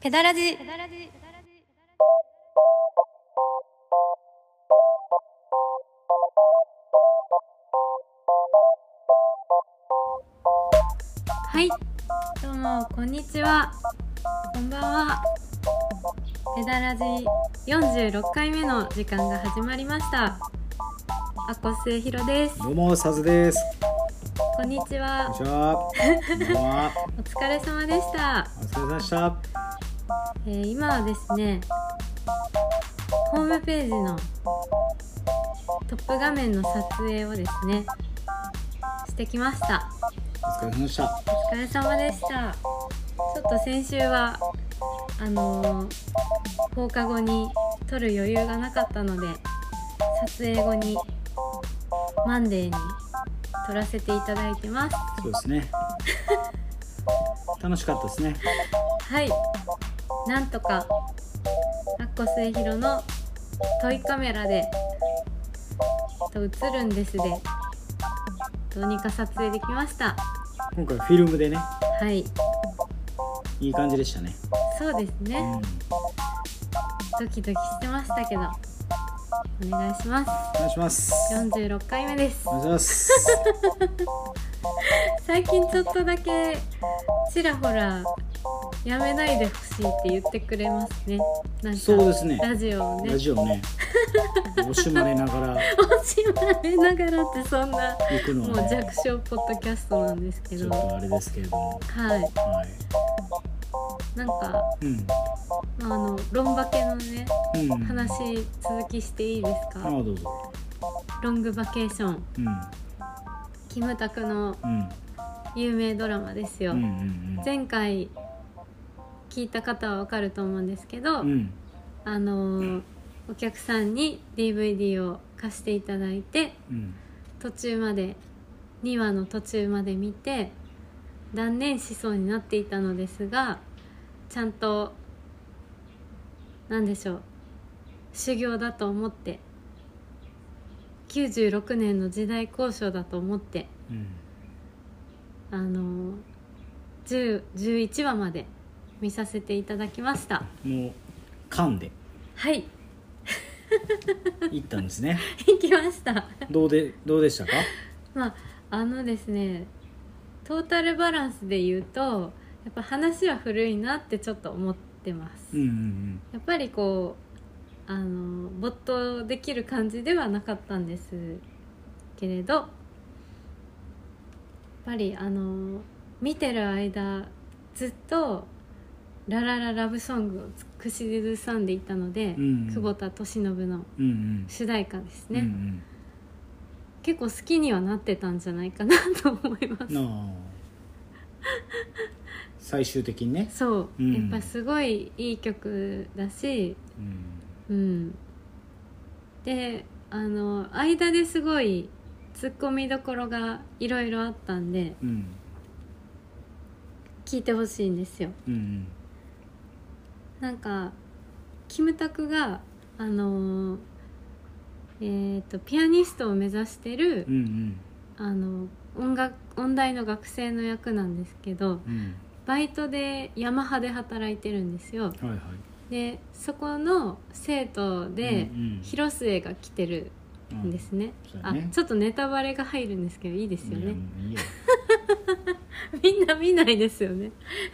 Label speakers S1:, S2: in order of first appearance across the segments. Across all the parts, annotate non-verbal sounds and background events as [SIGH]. S1: ペダラジはいどうもこんにちはこんばんはペダラジ46回目の時間が始まりましたアコスエヒロです
S2: どうもサズです。
S1: こんにち
S2: こん
S1: は
S2: にちは。こんばんは。
S1: お疲れ様でした
S2: お疲れ様でした。
S1: えー今はですねホームページのトップ画面の撮影をですねしてきました
S2: お疲れ様でした。
S1: お疲れ様でしたちょっと先週はあのー放課後に撮る余裕がなかったので撮影後にマンデーに撮らせていただいてます
S2: そうですね。楽しかったですね。
S1: はいなんとかアッコ末広のトイカメラでと映るんですでどうにか撮影できました
S2: 今回フィルムでね、
S1: はい
S2: いい感じでしたね。
S1: そうです
S2: う
S1: ね
S2: ん。
S1: ドキドキしてましたけどお願いします
S2: お願いします。
S1: 46回目です
S2: お願いします。
S1: 最近ちょっとだけちらほらやめないでほしいって言ってくれますねなんか
S2: そうですね
S1: ラジオをね
S2: ラジオね、惜しまれながら
S1: [LAUGHS] 惜しまれながらってそんな
S2: 行くの
S1: もう
S2: はね、
S1: 弱小ポッドキャストなんですけ
S2: ちょ
S1: ど、
S2: っ
S1: は、
S2: とあれですけれども、はい
S1: なんか、
S2: い。うん。
S1: まあ、あの論化けのね
S2: うん。
S1: 話続きしていいです
S2: ああ
S1: か、
S2: どうぞ。
S1: ロングバケーション
S2: うん。
S1: キムタクの
S2: うん。
S1: 有名ドラマですよ、
S2: うんうん
S1: 前回聞いた方はわかると思うんですけど、
S2: うん。うん。
S1: あのーお客さんに DVD を貸していただいて
S2: うん。
S1: 途中まで2話の途中まで見て断念しそうになっていたのですがちゃんと何でしょう修行だと思って96年の時代交渉だと思って
S2: うん。
S1: あの10 11話まで見させていただきました
S2: もう噛んで
S1: はい
S2: 行ったんですね。
S1: [LAUGHS] 行きました
S2: どうでどうでしたか？
S1: まああのですねトータルバランスで言うとやっぱ話は古いなってちょっと思ってます、
S2: うんうん
S1: やっぱりこうあの没頭できる感じではなかったんですけれどやっぱりあの見てる間ずっと「ララララブソング」を口ずさんでいたので、
S2: うん
S1: 久保田利伸の
S2: うんうん
S1: 主題歌です
S2: うん。
S1: ね、
S2: うん
S1: 結構好きにはなってたんじゃないかなと思いま
S2: うん。なあ。最終的にね。
S1: すそう、
S2: うん
S1: やっぱすごいいい曲だし
S2: うん。
S1: うんであの間ですごいツッコミどころがいろいろあったんで
S2: うん
S1: 聞いてほしいんですよ
S2: うん
S1: なんかキムタクがあのーえっ、とピアニストを目指してる
S2: うんうん
S1: あの音楽音大の学生の役なんですけど
S2: うん
S1: バイトでヤマハで働いてるんですよ
S2: うん。はいはい。
S1: でそこの生徒で
S2: うんうん
S1: 広末が来てるんですね,、
S2: うんそうだね
S1: あちょっとネタバレが入るんですけどいいですよ
S2: いや
S1: ね
S2: もういいよ
S1: [LAUGHS] みんな見ないですよね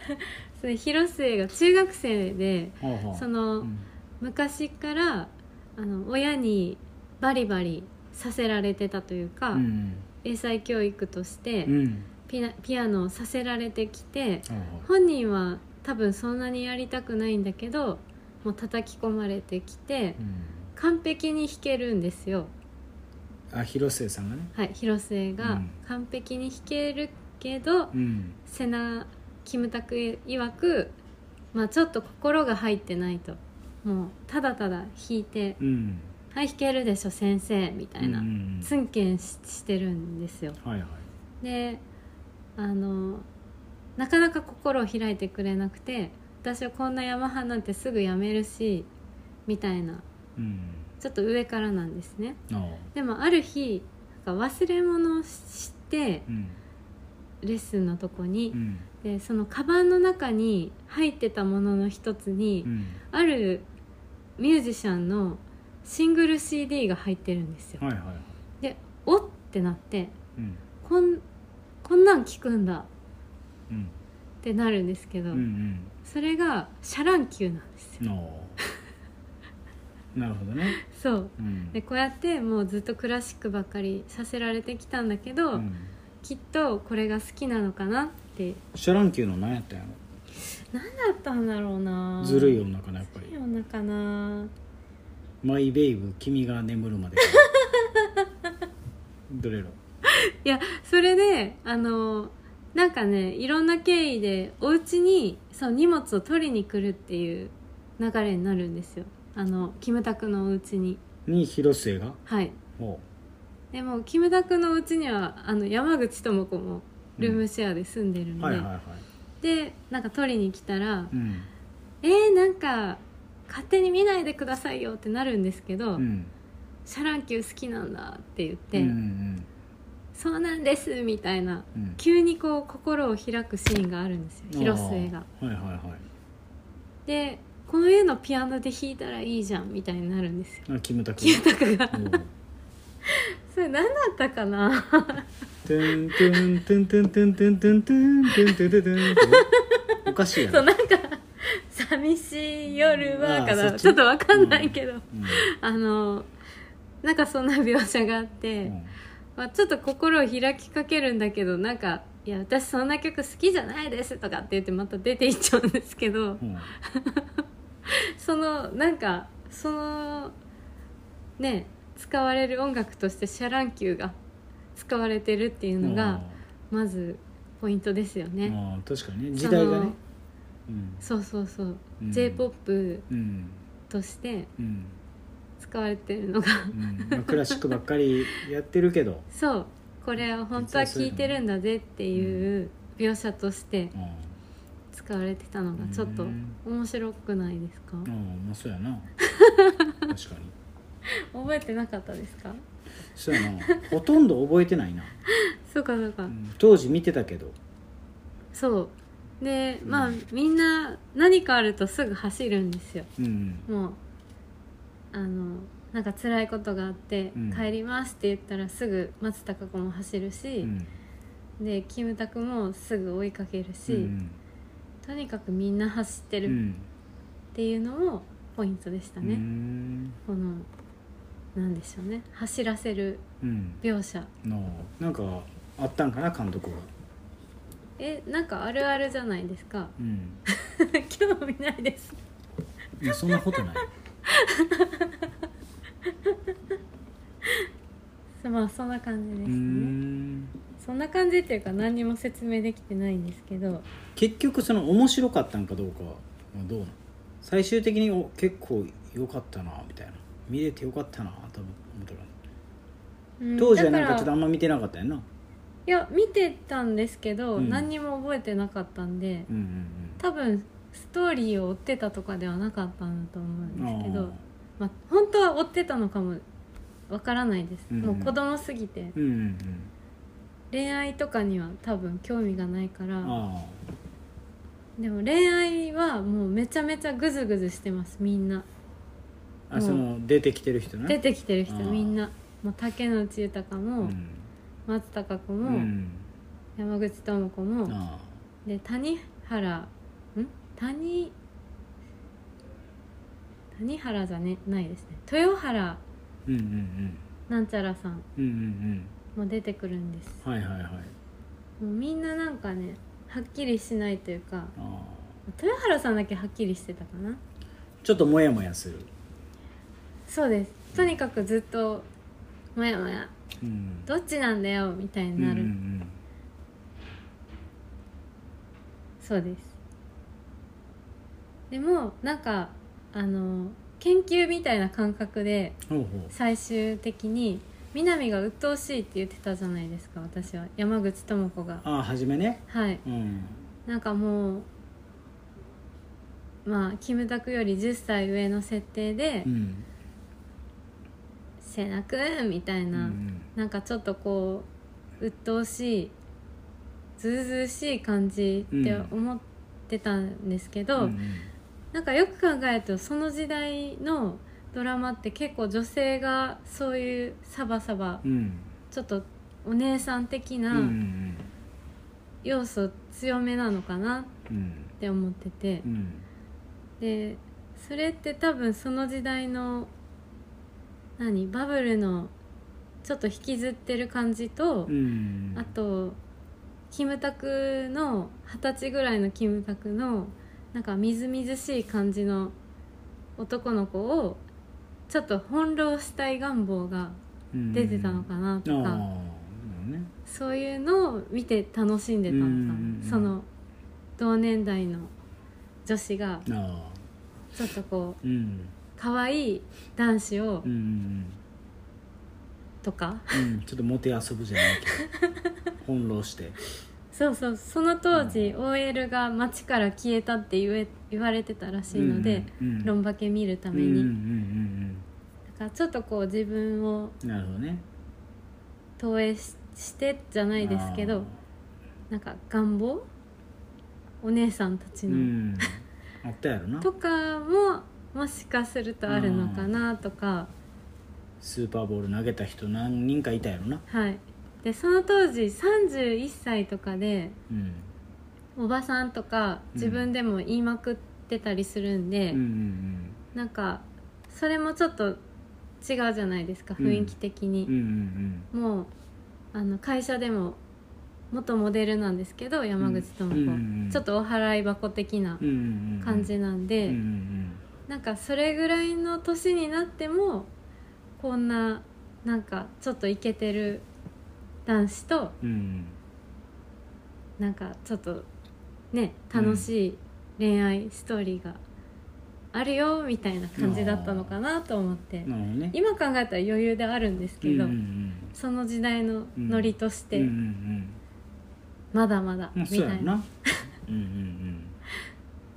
S1: [LAUGHS] それ広末が中学生で
S2: はあはあ
S1: その、
S2: うん
S1: 昔からあの親にバリバリさせられてたというか、
S2: うん
S1: 英才教育として
S2: うん
S1: ピアピアノをさせられてきて、
S2: はいは
S1: 本人は多分そんなにやりたくないんだけどもう叩き込まれてきて
S2: いうん
S1: 完璧に弾けるんですよ
S2: あ広末さんがね。
S1: はい広末
S2: う
S1: が
S2: ん
S1: 完璧に弾けるけど、
S2: うん
S1: 瀬名キムタク曰くまあちょっと心が入ってないともうただただ弾いて
S2: うん
S1: 「はい弾けるでしょ先生」みたいな、
S2: うんうん
S1: ツンケンししてるんですよ
S2: はいはい。
S1: であのなかなか心を開いてくれなくて私はこんなヤマハなんてすぐやめるしみたいな
S2: うん
S1: ちょっと上からなんですね
S2: ああ
S1: でもある日なんか忘れ物をして
S2: うん
S1: レッスンのとこに
S2: う、ん
S1: でそのカバンの中に入ってたものの一つに、
S2: うん
S1: あるミュージシャンのシングル CD が入ってるんですよ、
S2: はいはいはい
S1: でおってなって
S2: うん
S1: こんこんなん聞くんだ
S2: う
S1: っ
S2: ん
S1: てなるんですけど、
S2: うん
S1: それがシャランキューなんですよ、
S2: うんおーなるほどね
S1: そう
S2: うん
S1: でこうやってもうずっとクラシックばっかりさせられてきたんだけど、
S2: うん
S1: きっとこれが好きなのかなって
S2: シャランキューの何やったんや
S1: 何だったんだろうな
S2: ろずるい女かなやっぱ
S1: ずるい
S2: り
S1: 女かな
S2: 「マイ・ベイブ君が眠るまで」どれろ
S1: いやそれであのなんかねいろんな経緯でお家にそう荷物を取りに来るっていう流れになるんですよあのキムタクのお家に
S2: に広末が
S1: はい
S2: おう
S1: でもキムタクのお家にはあの山口智子もルームシェアで住んでるの
S2: は
S1: で、
S2: いはいはい
S1: でなんか取りに来たら
S2: うん
S1: 「えー、なんか勝手に見ないでくださいよ」ってなるんですけど「
S2: うん
S1: シャランキュー好きなんだ」って言って「
S2: うんうん
S1: そうなんです」みたいな
S2: うん
S1: 急にこう心を開くシーンがあるんですよ広末が
S2: あーはいはいはい
S1: でこういうのピアノで弾いたらいいじゃんみたいになるんですよ
S2: あキムタク
S1: 清高が
S2: おう
S1: それ何だったかな [LAUGHS]
S2: トゥントゥントゥントゥントゥントゥントゥントゥントゥントゥントゥントゥントゥンおかしいや
S1: そうな
S2: ろ
S1: んか「寂しい夜は」か
S2: あーそ
S1: な
S2: っち
S1: ちょっとわかんないけど、
S2: うん
S1: あのなんかそんな描写があって、
S2: うん
S1: まあ、ちょっと心を開きかけるんだけどなんか「いや私そんな曲好きじゃないです」とかって言ってまた出ていっちゃうんですけど
S2: うん
S1: そのなんかそのね使われる音楽としてシャランキューが使われてるっていうのがまずポイントですよね。
S2: あー確かにね時代がねうん
S1: そうそうそう、
S2: うん
S1: j p o p
S2: うん
S1: として
S2: うん
S1: 使われてるのが [LAUGHS]
S2: うんまあクラシックばっかりやってるけど
S1: そうこれは本当は聴いてるんだぜっていう描写として
S2: うん
S1: 使われてたのがちょっと
S2: うん
S1: 面白くないですか
S2: うんまあそうやな確かに
S1: 覚えてなかったですか
S2: そうやなほとんど覚えてないな
S1: そうかそうか、
S2: うん当時見てたけど
S1: そうでまあ、
S2: うん
S1: みんな何かあるとすぐ走るんですよ
S2: うん
S1: もうあのなんか辛いことがあって「
S2: うん
S1: 帰ります」って言ったらすぐ松たか子も走る
S2: う
S1: し、
S2: ん
S1: でキムタクもすぐ追いかけるし、
S2: うん
S1: とにかくみんな走って
S2: う
S1: るっ
S2: ん
S1: ていうのもポイントでした
S2: う
S1: ね、
S2: ん
S1: このなんでしょうね走らせる
S2: うん
S1: 描写
S2: のなんかあったんかな監督が
S1: えなんかあるあるじゃないですか [LAUGHS]
S2: うん
S1: 興味ないです
S2: いやそんなことない
S1: まあそんな感じで
S2: う
S1: すね
S2: ん
S1: そんな感じっていうか何にも説明できてないんですけど
S2: 結局その面白かったんかどうかはどうなん最終的にお結構良かったなみたいな見れてよかったなと思ったから
S1: うん
S2: 当時はなん
S1: だ
S2: かちょっとあ
S1: ら
S2: んま見てなかったよない
S1: や見てたんですけど、
S2: うん
S1: 何にも覚えてなかったんで
S2: うん
S1: 多分ストーリーを追ってたとかではなかったんだと思うん
S2: うんうん
S1: ですけど
S2: あ
S1: まあ本当は追ってたのかもわからないです、
S2: うん
S1: もう子供すぎて
S2: ーうんうんうん
S1: 恋愛とかには多分興味がないから
S2: あ
S1: でも恋愛はもうめちゃめちゃグズグズしてますみんな
S2: ーあその出てきてる人な
S1: 出てきてる人
S2: あー
S1: みんなもう竹野内豊
S2: う
S1: も
S2: ん
S1: 松たか子
S2: う
S1: も、
S2: ん
S1: 山口智子も、
S2: あ
S1: で谷原ん谷谷原じゃねないですね豊原
S2: ーうんうん
S1: なんちゃらさん
S2: うんうんうん
S1: も出てくるんです
S2: うんはいはいはい
S1: もうみんななんかねはっきりしないというか
S2: ああ
S1: 豊原さんだけはっきりしてたかな
S2: ちょっとモヤモヤする
S1: そうですとにかくずっと「もやもや
S2: うん
S1: どっちなんだよ」みたいになる、
S2: うんうんうん
S1: そうですでもなんかあの研究みたいな感覚で
S2: ほうほう
S1: 最終的に南が鬱陶しいって言ってたじゃないですか私は山口智子が
S2: ああ初めね
S1: はい
S2: うん
S1: なんかもうまあキムタクより10歳上の設定で
S2: うん
S1: 「せなくん」みたいな、
S2: うん
S1: なんかちょっとこう鬱陶しいずうずうしい感じって思ってたんですけど、
S2: うん
S1: なんかよく考えるとその時代のドラマって結構女性がそういうサバサバ、
S2: うん
S1: ちょっとお姉さん的
S2: う
S1: なん
S2: うん
S1: 要素強めなのかな
S2: うん
S1: って思ってて
S2: う、ん
S1: でそれって多分その時代の何バブルのちょっと引きずってる感じと、
S2: うん
S1: あとキムタクの二十歳ぐらいのキムタクのなんかみずみずしい感じの男の子をちょっと翻弄したい願望が出てたのかなと
S2: うんあ
S1: か、
S2: あなるほどね
S1: そういうのを見て楽しんでたのかな、
S2: うん
S1: その同年代の女子が
S2: ああ
S1: ちょっとこう
S2: うん
S1: 可愛い男子を
S2: うんうん
S1: とか、
S2: うんちょっとモテ遊ぶじゃないけど翻弄して
S1: そうそうその当時 OL が街から消えたって言え言われてたらしいので。
S2: うん
S1: ロンバケ見るため
S2: うん
S1: に、
S2: うん
S1: だからちょっとこう自分を
S2: うんうんなるほどね
S1: 投影ししてじゃないですけどなんか願望お姉さんた
S2: あ
S1: ち
S2: ー
S1: の、
S2: うんあったやろな
S1: とかももしかするとあるのかなとか、
S2: スーパーボール投げた人何人かいたやろな
S1: はいでその当時31歳とかで
S2: うん
S1: おばさんとか自分でも言いまくってたりするんで、
S2: うんうん
S1: なんかそれもちょっと違うじゃないですか
S2: うん
S1: 雰囲気的に
S2: うんう、ん
S1: もうあの会社でも元モデルなんですけど山口智子、
S2: うんうんうんうん
S1: ちょっとお払い箱的な
S2: うんうんうんうん
S1: 感じなんで、
S2: うんうん
S1: なんかそれぐらいの年になってもこんななんかちょっとイケてる男子と
S2: うんうん
S1: なんかちょっとね楽しい恋愛ストーリーがあるよみたいな感じだったのかなと思って
S2: なるほどね
S1: 今考えたら余裕であるんですけど、
S2: うんうん
S1: その時代のノリとし
S2: うんう
S1: て。
S2: んうん
S1: まだまだ
S2: ま
S1: み
S2: あ
S1: た
S2: そうやろ
S1: いなっ
S2: なうんうんうん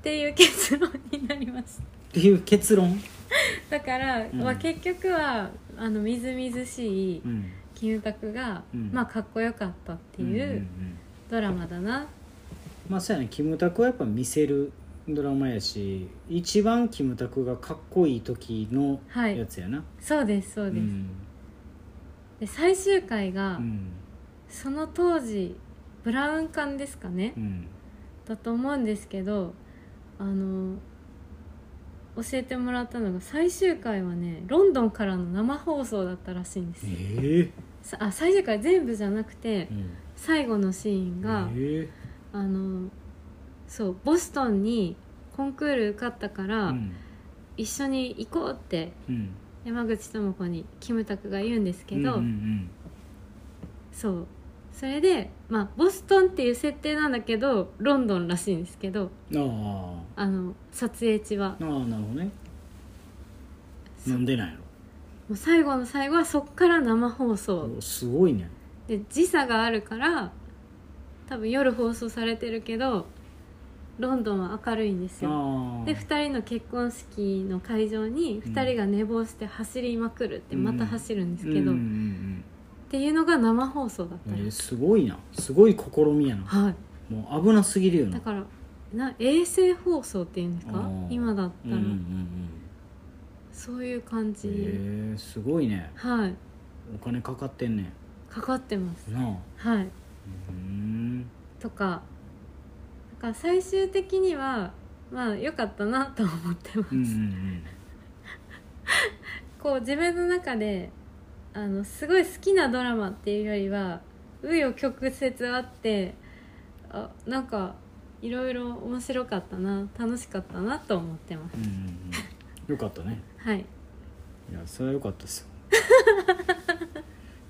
S1: ていう結論になりまし
S2: っていう結論
S1: た [LAUGHS] だから、
S2: ん
S1: まあ、結局はあのみずみずしい
S2: うん
S1: キムタクが、
S2: うん
S1: まあかっこよかったってい
S2: んん
S1: ううんドラマだな、
S2: まあそうやねキムタクはやっぱ見せるドラマやし一番キムタクがかっこいい時の
S1: はい
S2: やつやな、
S1: そうですそうです、
S2: ん
S1: で最終回が、
S2: うん
S1: その当時ブラウン管ですかね、
S2: うん
S1: だと思うんですけどあの教えてもらったのが最終回はねロンドンからの生放送だったらしいんですよ
S2: え
S1: さあ最終回全部じゃなくて、
S2: えうん
S1: 最後のシーンが、
S2: ええ
S1: あのそうボストンにコンクール受かったから、
S2: うん
S1: 一緒に行こうって
S2: うん
S1: 山口智子にキムタクが言うんですけど、
S2: うんうん
S1: そうそれで、まあ、ボストンっていう設定なんだけどロンドンらしいんですけど
S2: うん、あ
S1: あの撮影地は
S2: あああなるほどね
S1: そう
S2: 飲ん
S1: も
S2: でないや
S1: う最後の最後はそっから生放送
S2: ろすごいね
S1: で時差があるから多分夜放送されてるけどロンドンは明るいんですよ
S2: ああ
S1: で2人の結婚式の会場に2人が寝坊して走りまくるって
S2: うん
S1: また走るんですけど、
S2: うんう
S1: っ
S2: んうん
S1: ていうのが生放送だった
S2: うん、え
S1: り
S2: えすごいなすごい試みやな
S1: は
S2: もう危なすぎるよ
S1: い、だ
S2: な
S1: からな衛星放送っていうんです
S2: あ
S1: か
S2: ー
S1: 今だった
S2: うんう
S1: ら、
S2: んうん
S1: そういう感じ、
S2: ええすごいね
S1: はい
S2: お金かかってんね
S1: かかってます
S2: んなあ
S1: はい
S2: うん
S1: とかだから最終的にはまあ良かったなと思ってます、
S2: うんうん
S1: こう自分の中であのすごい好きなドラマっていうよりは紆余曲折あってあなんかいろいろ面白かったな楽しかったなと思ってます
S2: うんうんうんうんよかったね
S1: はい
S2: いやそれは良かった
S1: [LAUGHS]
S2: ですよ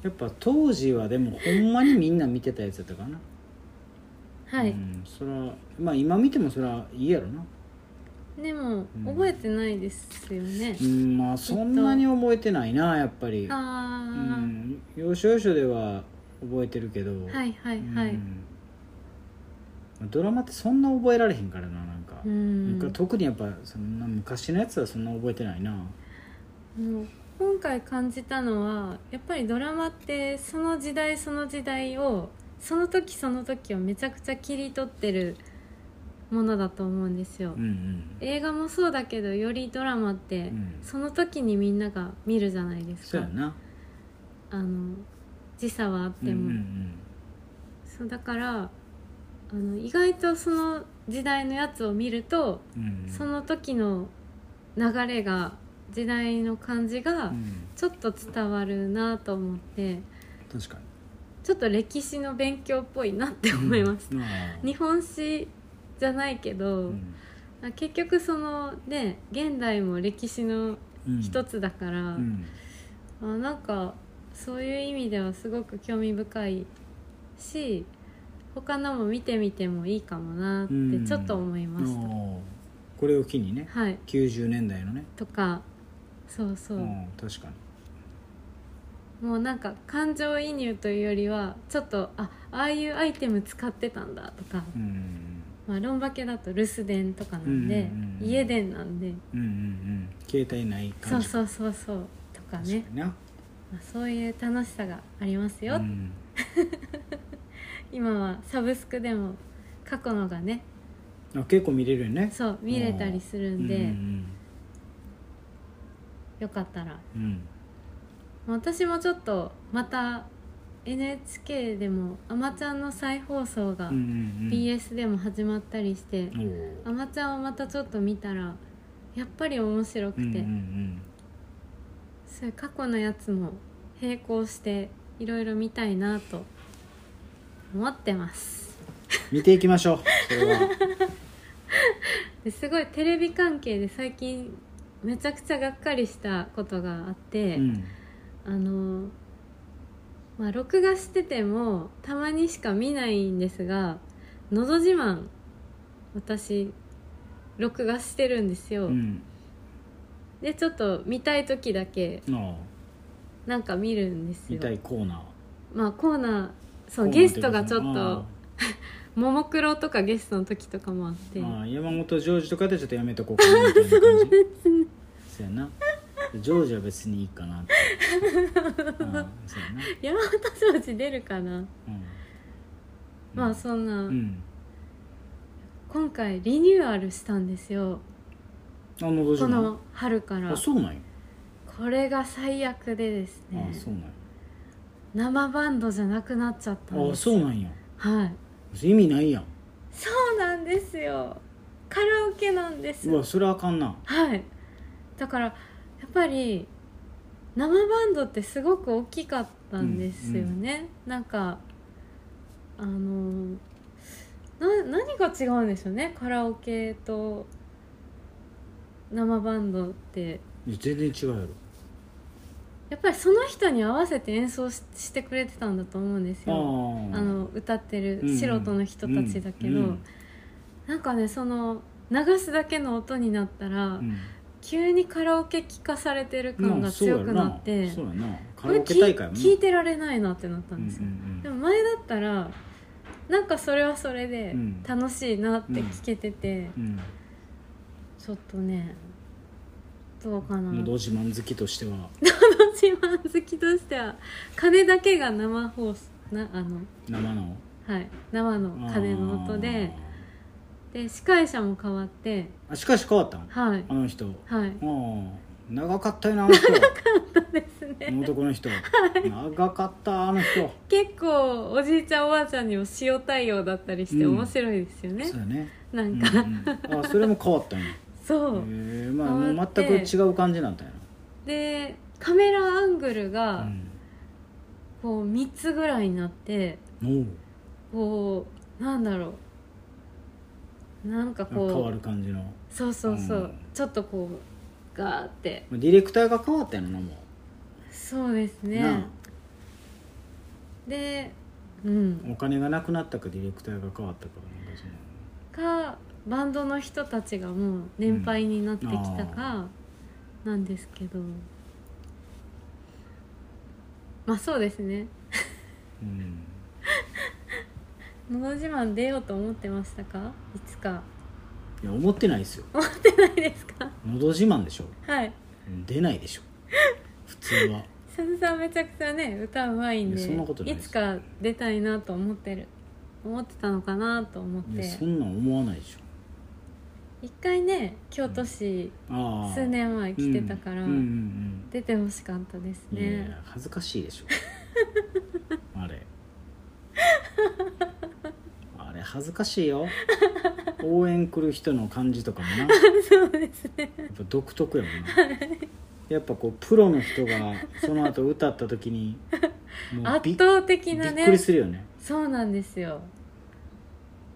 S2: やっぱ当時はでもほんまにみんな見てたやつやったからな
S1: はい、
S2: うん、それはまあ今見てもそれはいいやろな
S1: でも
S2: うん
S1: 覚えてないですよね
S2: う、んまあそんなに覚えてないなやっぱり
S1: あ
S2: う
S1: あ、
S2: ん要所要所では覚えてるけど
S1: は
S2: はい
S1: はいはい
S2: ドラマってそんな覚えられへんからななんか、
S1: うん
S2: なんか特にやっぱそんな昔のやつはそんな覚えてないな
S1: もう今回感じたのはやっぱりドラマってその時代その時代をその時その時をめちゃくちゃ切り取ってるものだと思うんですよ、
S2: うんうん
S1: 映画もそうだけどよりドラマって、
S2: ん
S1: その時にみんなが見るじゃないです
S2: そう
S1: か
S2: やな
S1: あの時差はあっても、
S2: うんうん
S1: そうだからあの意外とその時代のやつを見ると、
S2: うんうん
S1: その時の流れが時代の感じ
S2: う
S1: が
S2: ん
S1: ちょっと伝わるなと思って
S2: 確か
S1: ちょっと歴史の勉強っぽいなって
S2: に
S1: 思います、
S2: うんあー
S1: 日本史じゃないけど、
S2: うん
S1: 結局そのね現代も歴史の
S2: うん
S1: 一つだから、
S2: うん
S1: あなんかそういう意味ではすごく興味深いし他のも見てみてもいいかもなって
S2: うん
S1: ちょっと思いました、
S2: あーこれを機にね
S1: はい
S2: 90年代のね
S1: とかそうそうう、
S2: ん確かに
S1: もうなんか感情移入というよりはちょっとあああいうアイテム使ってたんだとか、
S2: うん
S1: まあ、ロンバケだと留守電とかなんで、
S2: うんうんうん
S1: 家電なんで
S2: うんうんうん携帯ない
S1: そ
S2: 感
S1: う
S2: じ
S1: そうそうそうとかね
S2: 確かにな
S1: まあ、そういう楽しさがありますよ、
S2: うん
S1: 今はサブスクでも過去のがね
S2: あ結構見れるよね
S1: そう見れたりするんで、
S2: うん
S1: よかったら
S2: うんうん
S1: 私もちょっとまた NHK でも「あまちゃん」の再放送が
S2: うんうんうん
S1: BS でも始まったりして
S2: お
S1: 「
S2: ー
S1: あまちゃん」をまたちょっと見たらやっぱり面白
S2: うん
S1: く
S2: うんう
S1: て、
S2: ん
S1: そういう過去のやつも並行していろいろ見たいなと思ってます
S2: 見ていきましょうそれは
S1: [LAUGHS] ですごいテレビ関係で最近めちゃくちゃがっかりしたことがあって、
S2: うん
S1: あのまあ録画しててもたまにしか見ないんですが「のど自慢」私録画してるんですよ、
S2: うん
S1: でちょっと見たい時だけ
S2: あー
S1: なんか見るんです
S2: 見
S1: よ
S2: たいコーナー
S1: まあコーナーそう
S2: コーナー
S1: ゲストが
S2: て
S1: ち
S2: い
S1: ょ
S2: うか
S1: っとももクロとかゲストの時とかもあって
S2: あーあー山本ジョージとかでちょっとやめとこうかなみた
S1: [LAUGHS]
S2: いな感じそうやなジョージは別にいい
S1: [LAUGHS]
S2: かなってうんそうやな
S1: 山本庄司出るかな、
S2: うん
S1: まあそんな、
S2: うん
S1: 今回リニューアルしたんですよ
S2: あのどじ
S1: こ
S2: ゃ
S1: の春から
S2: あそうなんや
S1: これが最悪でですね
S2: あそうなんや
S1: 生バンドじゃなくなっちゃったん
S2: あ
S1: です
S2: そうなんや
S1: はい
S2: 意味ないやん
S1: そうなんですよカラオケなんです
S2: うわそれあかんな
S1: はいだからやっぱり生バンドってすごく大きかったんですよね、なんかあのな何が違うんでしょうねカラオケと生バンドって
S2: いや全然違うやろ
S1: やっぱりその人に合わせて演奏ししてくれてたんだと思うんですよ
S2: あ
S1: あの歌ってる
S2: うん
S1: 素人の人たちだけど、
S2: うんうん
S1: なんかねその流すだけの音になったら、
S2: うん
S1: 急にカラオケ聞かされてる感が強くなって
S2: そうやなそうやなカ
S1: こ
S2: ラ
S1: れ
S2: オケ
S1: 聞
S2: 大
S1: い
S2: 会もな
S1: 聞いてられないなってなったんですよ、
S2: うん
S1: でも前だったらなんかそれはそれで
S2: うん
S1: 楽しいなって聞けてて、
S2: うんうん
S1: ちょっとねどうかな
S2: うんの
S1: ど
S2: ど自慢好きとしては
S1: 自慢好きとしては鐘だけが生放送なあの
S2: 生の
S1: はい生の鐘の音でで司会者も変わって
S2: あしかし変わったん
S1: はい
S2: あの人
S1: はい
S2: ああ長かったよなあの人
S1: [LAUGHS] ですね
S2: あの男の人長かったあの人
S1: 結構おじいちゃんおばあちゃんにも塩対応だったりして
S2: うん
S1: 面白いですよね
S2: そう、やね
S1: なん
S2: うん
S1: か、
S2: うんあそれも変わったんやへ
S1: そう、
S2: えまあも
S1: 変わ
S2: う
S1: って
S2: 全く違う感じなんだよ
S1: でカメラアングル
S2: なう
S1: が
S2: ん
S1: こう3つぐらいになって
S2: おう
S1: こうなんだろうなんかこう
S2: 変わる感じの
S1: そうそうそう、
S2: うん
S1: ちょっとこうガーって
S2: ディレクターが変わったんやろなも
S1: そうです
S2: う
S1: ね
S2: な
S1: でうん
S2: あお金がなくなったかディレクターが変わったかなんかその
S1: かバンドの人たちがもう年配になってきたかなんですけど、まあそうですね
S2: うん
S1: 「のど自慢」出ようと思ってましたかいつか [LAUGHS]
S2: いや思ってないですよ
S1: 出ないですか
S2: 「のど自慢」でしょ
S1: はい [LAUGHS]
S2: うん出ないでしょ普通は
S1: 佐野さんめちゃくちゃね歌うまいん
S2: い
S1: で
S2: やそんなことない
S1: い
S2: です
S1: つか出たいなと思ってる思ってたのかなと思っ
S2: いや
S1: て
S2: そんなん思わないでしょ
S1: 一回ね京都市
S2: ああ
S1: 数年前来てたから、
S2: うんうんうん
S1: 出てほしかったです
S2: うん、いやい
S1: ね
S2: や恥ずかしいでしょあれあれ恥ずかしいよ応援来る人の感じとかもな
S1: [LAUGHS] そうですね
S2: やっぱ独特やもんなやっぱこうプロの人がその後歌った時にもうび
S1: 圧倒的な
S2: びっくり
S1: ね
S2: するよね
S1: そうなんですよ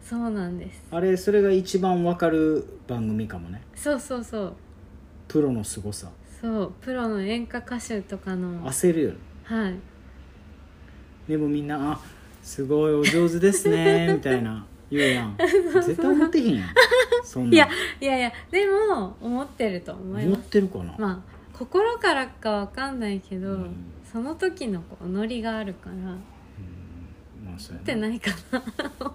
S1: そうなんです
S2: あれそれが一番わかる番組かもね
S1: そうそうそう
S2: プロの凄さ
S1: そうプロの演歌歌手とかの
S2: 焦るよね
S1: はい
S2: でもみんな「あすごいお上手ですね」
S1: [LAUGHS]
S2: みたいな言うやん絶対思ってへんやんそんなん
S1: いやいやいやでも思ってると思い
S2: 思
S1: ま
S2: っ
S1: す
S2: てるかな、
S1: まあ心からかわかんないけど、
S2: うん
S1: その時のこうノリがあるから思
S2: うんまあそう
S1: って
S2: やな
S1: ないかな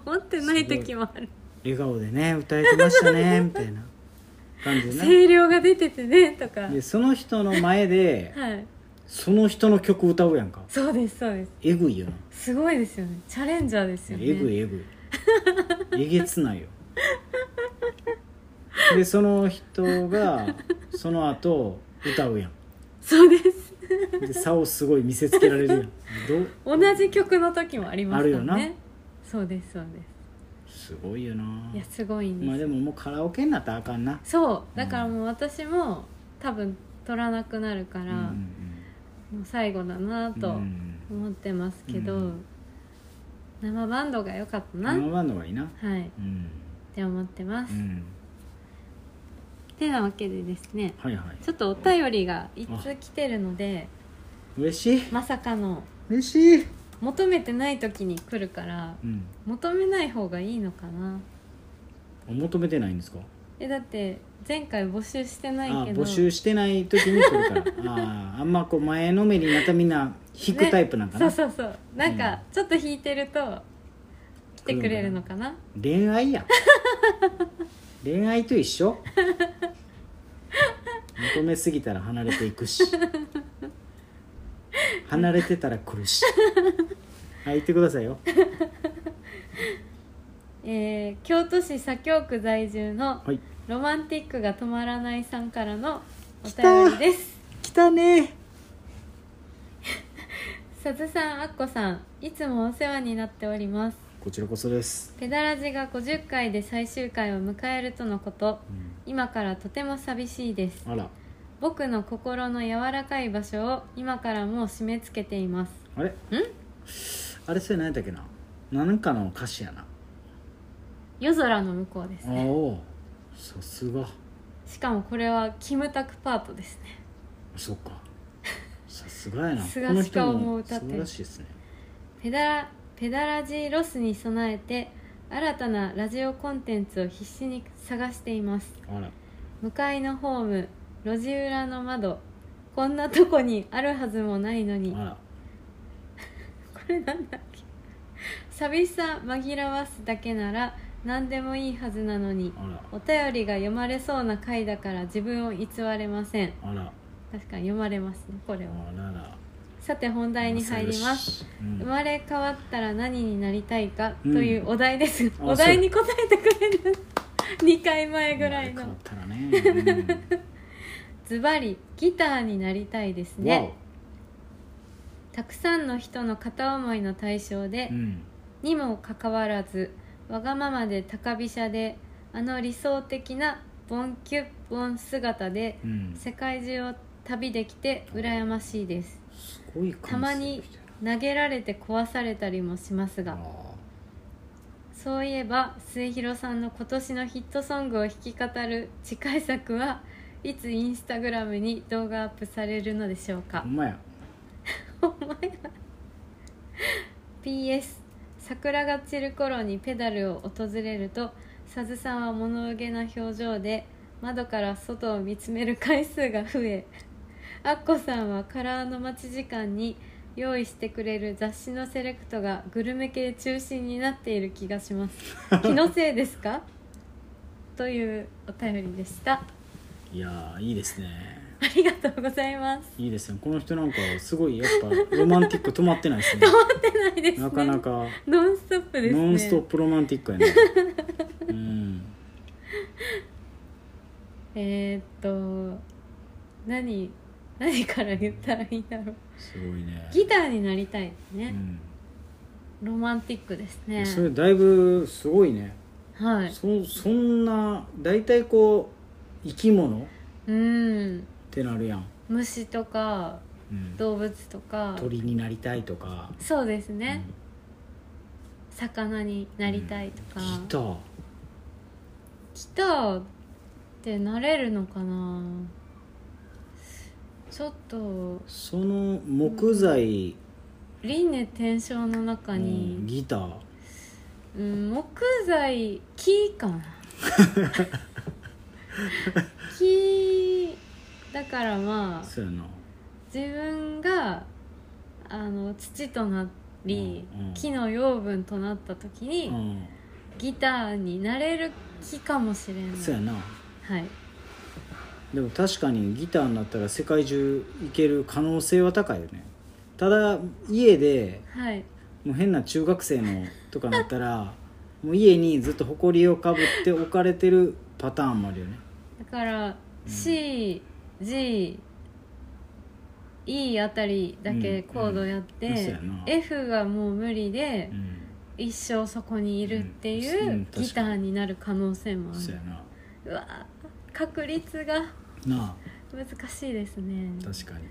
S1: 思ってない時もある
S2: 笑顔でね歌えてまし
S1: [LAUGHS]
S2: たねみたいな感じでね
S1: 声量が出ててねとか
S2: でその人の前で
S1: はい
S2: その人の曲歌うやんか
S1: そうですそうです
S2: えぐいよな
S1: すごいですよねチャレンジャーですよね
S2: えぐいえぐいえげつないよでその人がその後歌うやん
S1: そうです
S2: で差をすごい見せつけられるやんど
S1: 同じ曲の時もありますから
S2: あるよ
S1: ねそうですそうです
S2: すごいよない
S1: やすごいんです、
S2: まあでももうカラオケになったらあかんな
S1: そうだからもう私も多分取らなくなるから、もう最後だな
S2: う
S1: と
S2: ん
S1: 思ってますけど、
S2: うん
S1: 生バンドが良かったな、
S2: 生バンドがいいな
S1: はいっ
S2: うん、
S1: て思ってます、
S2: う
S1: っ
S2: ん、
S1: てなわけでですね
S2: はいはい
S1: ちょっとお便りが一通来てるので
S2: 嬉しい
S1: まさかの
S2: 嬉しい
S1: 求めてない時に来るから
S2: うん
S1: 求めない方がいいのかな
S2: あ求めてないんですか
S1: えだって前回募集してない
S2: あ
S1: けど
S2: 募集してない時に来るからあーあんまこう前のめりにまたみんな引くタイプなんかな、
S1: そうそうそうなんかちょっと引いてると来てくれるのかな
S2: 恋
S1: [LAUGHS]
S2: 愛やん恋愛と一緒求めすぎたら離れていくし離れてたら来るしはい言ってく
S1: [LAUGHS]
S2: ださいよ
S1: えー京都市左京区在住の
S2: はい
S1: ロマンティックが止まらないさんからのお便りです
S2: 来たね
S1: さずさんあっこさんいつもお世話になっております
S2: こちらこそです、
S1: ペダラジが50回で最終回を迎えるとのこと
S2: うん
S1: 今からとても寂しいです
S2: あら
S1: 僕の心の柔らかい場所を今からもう締め付けています
S2: あれんあれそれ何やったっけな何かの歌詞やな
S1: 夜空の向こうです
S2: お
S1: ね
S2: おさすが
S1: しかもこれはキムタクパートですね
S2: そっかさすがやな
S1: さすが
S2: この人
S1: 鹿をも
S2: も
S1: 歌っ
S2: 素
S1: てる
S2: 晴らしいですね
S1: ペダラペダラジロスに備えて新たなラジオコンテンツを必死に探しています
S2: あら
S1: 向かいのホーム路地裏の窓こんなとこにあるはずもないのに
S2: あら
S1: これなんだっけ寂しさ紛らわすだけなら何でもいいはずなのに
S2: あら
S1: お便りが読まれそうな回だから自分を偽れません
S2: あら
S1: 確かに読まれますねこれは
S2: あらら
S1: さて本題に入ります
S2: す、
S1: 生まれ変わったら何になりたいかと
S2: うん
S1: いうお題です、
S2: あ
S1: お題に答えてくれる [LAUGHS] 2回前ぐらい
S2: 生ま
S1: の
S2: れ変わったらね、
S1: ズバリギターになりたいです
S2: うん、わ
S1: ねたくさんの人の片思いの対象で、
S2: おうん
S1: にもかかわらずわがままで高飛車であの理想的なボンキュッボン姿で
S2: うん
S1: 世界中を旅できて羨ましいです
S2: すごい感じ
S1: たまに投げられて壊されたりもします
S2: あ
S1: がそういえば末広さんの今年のヒットソングを弾き語る次回作はいつインスタグラムに動画アップされるのでしょう
S2: ー
S1: か
S2: ほんまや
S1: PS 桜が散る頃にペダルを訪れるとさずさんは物憂げな表情で窓から外を見つめる回数が増えアッコさんはカラーの待ち時間に用意してくれる雑誌のセレクトがグルメ系中心になっている気がします
S2: [LAUGHS]
S1: 気のせいですかというお便りでした
S2: いやーいいですね
S1: ありがとうござい
S2: [LAUGHS]
S1: ます
S2: いいですねこの人なんかすごいやっぱロマンティック止まってないです
S1: [LAUGHS]
S2: ね
S1: 撮ってないですね
S2: なかなか
S1: ノンストップですね
S2: ノンストップロマンティックやねうん
S1: えー、っと何何から言ったらいいんだろう
S2: すごいね
S1: ギターになりたいです
S2: う
S1: ね、
S2: ん
S1: ロマンティックですね
S2: それだいぶすごいね
S1: はい
S2: そそんな大体こう生き物っ
S1: うん
S2: てなるやん、
S1: 虫とか
S2: うん、
S1: 動物とか
S2: 鳥になりたいとか
S1: そうですね、魚になりたいと
S2: う
S1: か、
S2: んギター
S1: ギターってなれるのかなちょっと
S2: その木材、
S1: 輪廻転生の中
S2: うん
S1: に、
S2: ギター
S1: うん木材木か
S2: [LAUGHS]
S1: な木だからまあ
S2: そうやな
S1: 自分があの土となり、
S2: うんうん
S1: 木の養分となった時に、
S2: うん
S1: ギターになれる木かもしれない
S2: そうやな
S1: はい
S2: でも確かにギターになったら世界中行ける可能性は高いよねただ家で
S1: はい
S2: もう変な中学生のとかなっ
S1: [LAUGHS]
S2: たらもう家にずっと埃をかぶって置かれてるパターンもあるよね
S1: だから
S2: うん
S1: CGE あたりだけコードやっ
S2: うんうんそう
S1: て
S2: やな
S1: F がもう無理で
S2: うん
S1: 一生そこにいるって
S2: うんう
S1: い
S2: ん
S1: う
S2: 確かに
S1: ギターになる可能性もあ
S2: そう
S1: る
S2: やな
S1: うわー確率が
S2: なあ
S1: 難しいですね [LAUGHS]
S2: 確かに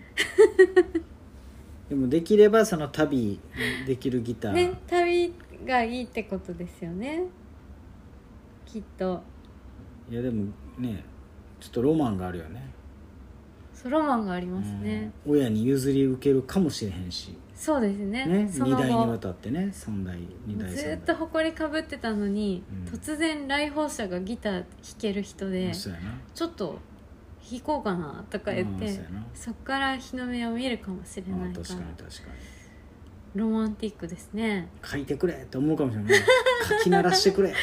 S2: でもできればその旅できるギター、
S1: ね旅がいいってことですよねきっと
S2: いやでもねちょっとロマンがあるよね
S1: そうロマンがありますね、
S2: うん親に譲り受けるかもしれへんし、
S1: そうですね
S2: ね、
S1: そ
S2: 2
S1: の
S2: 代にわ
S1: 後
S2: たってね3代2代
S1: ずーっ
S2: 3
S1: と
S2: 代
S1: 埃かぶってたのに、
S2: うん
S1: 突然来訪者がギター弾ける人で、
S2: そうやな
S1: ちょっと弾こうかなとか言っ
S2: うん
S1: て
S2: そうやな
S1: そっから日の目を見るかもしれ
S2: あ
S1: な
S2: あ
S1: いか
S2: 確
S1: ら
S2: かに確かに
S1: ロマンティックですね
S2: 書いてくれって思うかもしれない書き鳴らして
S1: [LAUGHS]
S2: くれ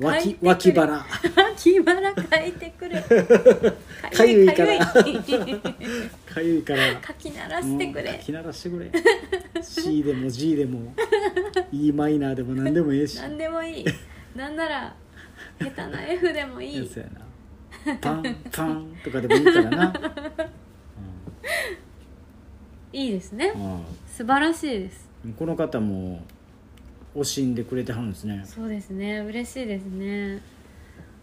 S1: 書いて
S2: 脇
S1: くれ
S2: 脇腹
S1: 秋バラ書いてくれ
S2: [LAUGHS] かゆいから
S1: かゆい
S2: かゆいから
S1: 書き鳴らしてく
S2: うん
S1: れ
S2: 書き鳴らしてくれ C でも G でも E マイナーでも何でもええし
S1: 何でもいいなんなら下手な F でもいい
S2: そうやなパンパンとかでもいいからな、
S1: いいですね
S2: うんうん
S1: 素晴らしいです
S2: この方も惜しんでくれてはるんですね
S1: そうですね嬉しいですね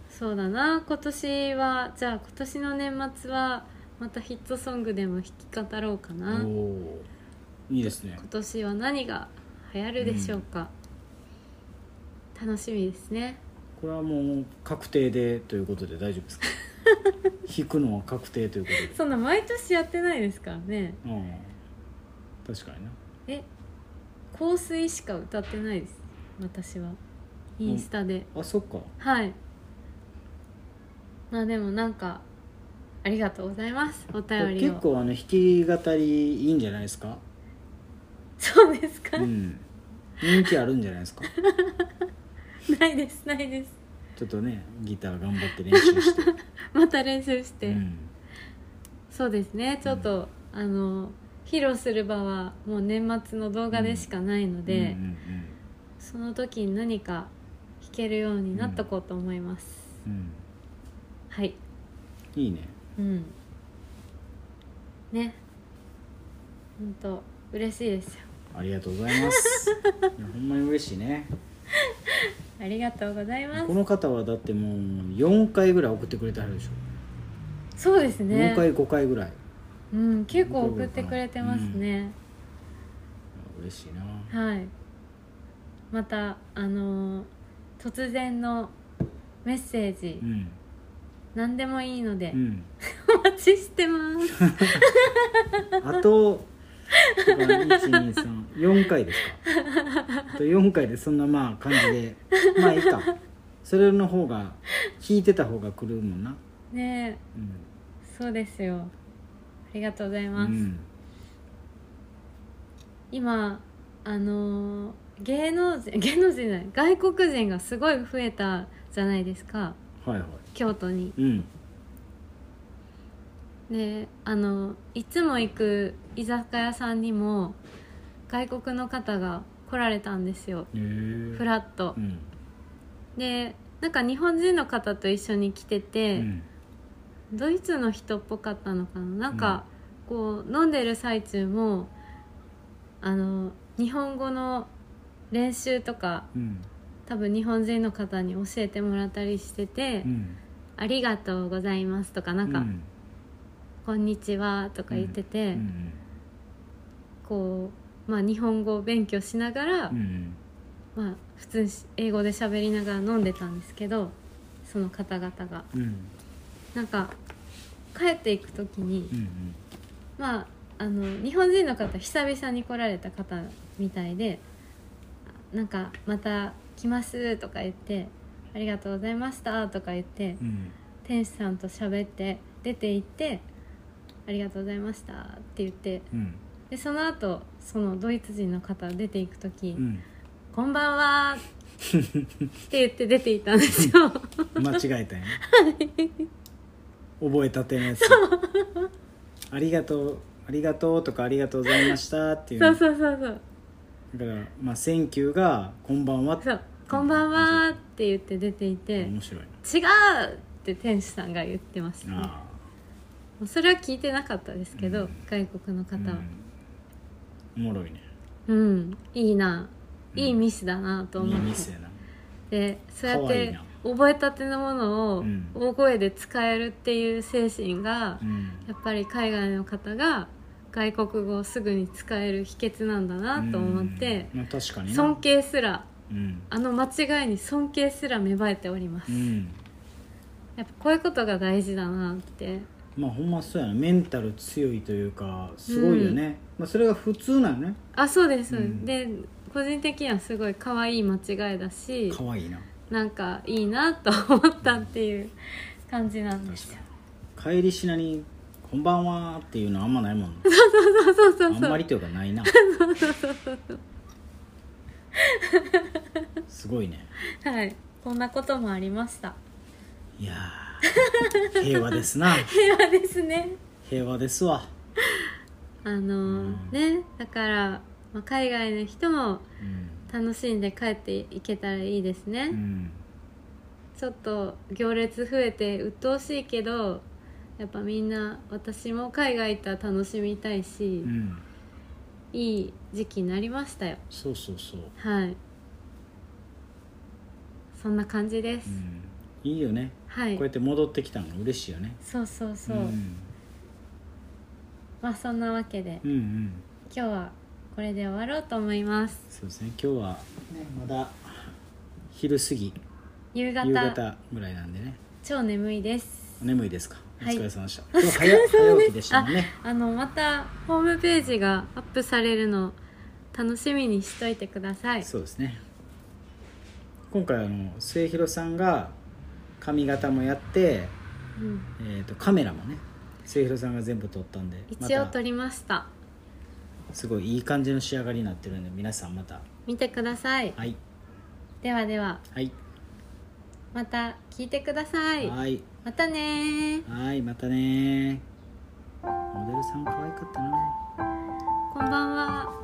S1: そうだな今年はじゃあ今年の年末はまたヒットソングでも弾き語ろうか
S2: お
S1: な今
S2: おーいいですね
S1: 年は何が流行るでしょうか、楽しみですね
S2: これはもう確定でということで大丈夫で
S1: [LAUGHS]
S2: すか弾くのは確定ということで
S1: そんな毎年やってないですからね
S2: うん確かにな
S1: え香水しか歌ってないです私はインスタで、
S2: あそっか
S1: はいまあでもなんかありがとうございますお便り
S2: 結
S1: を
S2: 構あの弾き語りいいんじゃないですか
S1: そうですか、
S2: うん人気あるんじゃないですか
S1: ないですないです
S2: ちょっとねギター頑張って練習して、
S1: [LAUGHS] また練習して、
S2: うん、
S1: そうですねちょっと、あの披露する場はもう年末の動画でしかないので、
S2: うんうん
S1: その時に何か弾けるようになっとこうと思います、
S2: うん
S1: はい
S2: うん、いいね
S1: うんねほんと嬉しいですよ
S2: ありがとうございます
S1: [LAUGHS]
S2: いやほんまに嬉しいね
S1: ありがとうございます
S2: この方はだってもう4回ぐらい送ってくれてはるでしょ、
S1: そうですね
S2: 4回5回ぐらい
S1: うん、結構送ってくれてますね、
S2: 嬉しいな
S1: はいまたあのー突然のメッセージ、
S2: うん
S1: 何でもいいので、
S2: うん
S1: お待ちしてます
S2: あと1234回ですかあと4回でそんなまあ感じ
S1: [LAUGHS]
S2: でまあいいかそれの方が聞いてた方が来るもんな
S1: ねえ
S2: うん
S1: そうですよありがとうございうます、
S2: ん
S1: 今あのー芸能人芸能人じゃない外国人がすごい増えたじゃないですか
S2: はいは
S1: 京都に
S2: いうん
S1: であのいつも行く居酒屋さんにも外国の方が来られたんですよ
S2: へえ
S1: フラッと
S2: うん
S1: でなんか日本人の方と一緒に来て
S2: う
S1: て、
S2: ん
S1: ドイツの人っぽかったのかななんかこう飲んでる最中もあの日本語の練習とか
S2: うん
S1: 多分日本人の方に教えてもらったりしてて「
S2: うん
S1: ありがとうございます」とかなんか「
S2: うん
S1: こんにちは」とか言ってて、
S2: うん
S1: こう、まあ、日本語を勉強しながら、
S2: うん
S1: まあ、普通に英語で喋りながら飲んでたんですけどその方々が
S2: うんうん
S1: なんか帰っていく時に、
S2: うん
S1: まああの日本人の方久々に来られた方みたいでなんか「また来ます」とか言って「ありがとうございました」とか言って
S2: うん
S1: 店主さんと喋って出て行って「ありがとうございました」って言って
S2: うん
S1: でその後そのドイツ人の方出ていく時
S2: うん
S1: 「こんばんは」って言って出ていったんですよ
S2: 間違えたんやね覚えたてのやつありがとうありがとうとかありがとうございましたっていう
S1: そうそうそうそう
S2: だからまあ「センキュー」が「こんばんは」
S1: そう「こんばんは」って言って出ていて
S2: 面白
S1: 「
S2: い
S1: 違う!」って店主さんが言ってましたねも
S2: あ
S1: うそれは聞いてなかったですけど、
S2: うん
S1: 外国の
S2: あ、う
S1: 方は
S2: ん、おもろいね
S1: うん、いいな
S2: うん
S1: いいミスだなと
S2: い
S1: 思
S2: い
S1: って、
S2: 店やな
S1: でそうやっ
S2: 可愛い
S1: て
S2: な
S1: 覚えたてのものを
S2: うん
S1: 大声で使えるっていう精神が
S2: う、ん
S1: やっぱり海外の方が外国語をすぐに使える秘訣なんだなと思って、
S2: うんまあ、確かにな
S1: 尊敬すら
S2: うん、
S1: あの間違いに尊敬すら芽生えております、
S2: うん、
S1: やっぱこういうことが大事だなって
S2: まあほんまそうやなメンタル強いというかすごいよね、まあ、それが普通なのね
S1: あそうです、
S2: うん
S1: で個人的にはすごい可愛い間違いだし
S2: 可愛いな
S1: なんかいいなと思ったっていう感じなんですよ
S2: 帰りしなに「こんばんは」っていうのあんまないもんね
S1: そうそうそう
S2: あん
S1: そう
S2: まりというかな
S1: [LAUGHS]
S2: いなすごいね
S1: はいこんなこともありました
S2: いやー平和ですな
S1: 平和ですね
S2: 平和ですわ
S1: あのーねだから、まあ、海外の人も
S2: うん、
S1: 楽しんで帰っていけたらいいですね、
S2: うん、
S1: ちょっと行列増えて鬱陶しいけどやっぱみんな私も海外行ったら楽しみたいし、
S2: うん、
S1: いい時期になりましたよ
S2: そうそうそう、
S1: はいそんな感じです、
S2: うん、いいよね
S1: は
S2: こ
S1: いう
S2: やって戻ってきたのが嬉しいよね
S1: そうそうそう、
S2: ん、
S1: まあそんなわけで
S2: うんうん
S1: 今日はこれで終わろうと思います
S2: そうですね今日は、ね、まだ昼過ぎ
S1: 夕方
S2: 夕方ぐらいなんでね
S1: 超眠いです
S2: お眠いですかお
S1: はい
S2: 疲れ様
S1: [LAUGHS]
S2: でした、今日早早起きでしたもんね
S1: あのまたホームページがアップされるの楽しみにしといてください
S2: そうですね今回あの末広さんが髪型もやって、
S1: うん
S2: えー、とカメラもね末広さんが全部撮ったんで
S1: 一応
S2: ま
S1: 撮
S2: た
S1: りました
S2: すごいいい感じの仕上がりになってるんで皆さんまた
S1: 見てください
S2: はい
S1: ではでは
S2: はい
S1: また聞いてください
S2: はい
S1: またねー
S2: はいまたねモデルさん可愛かったな
S1: こんばんは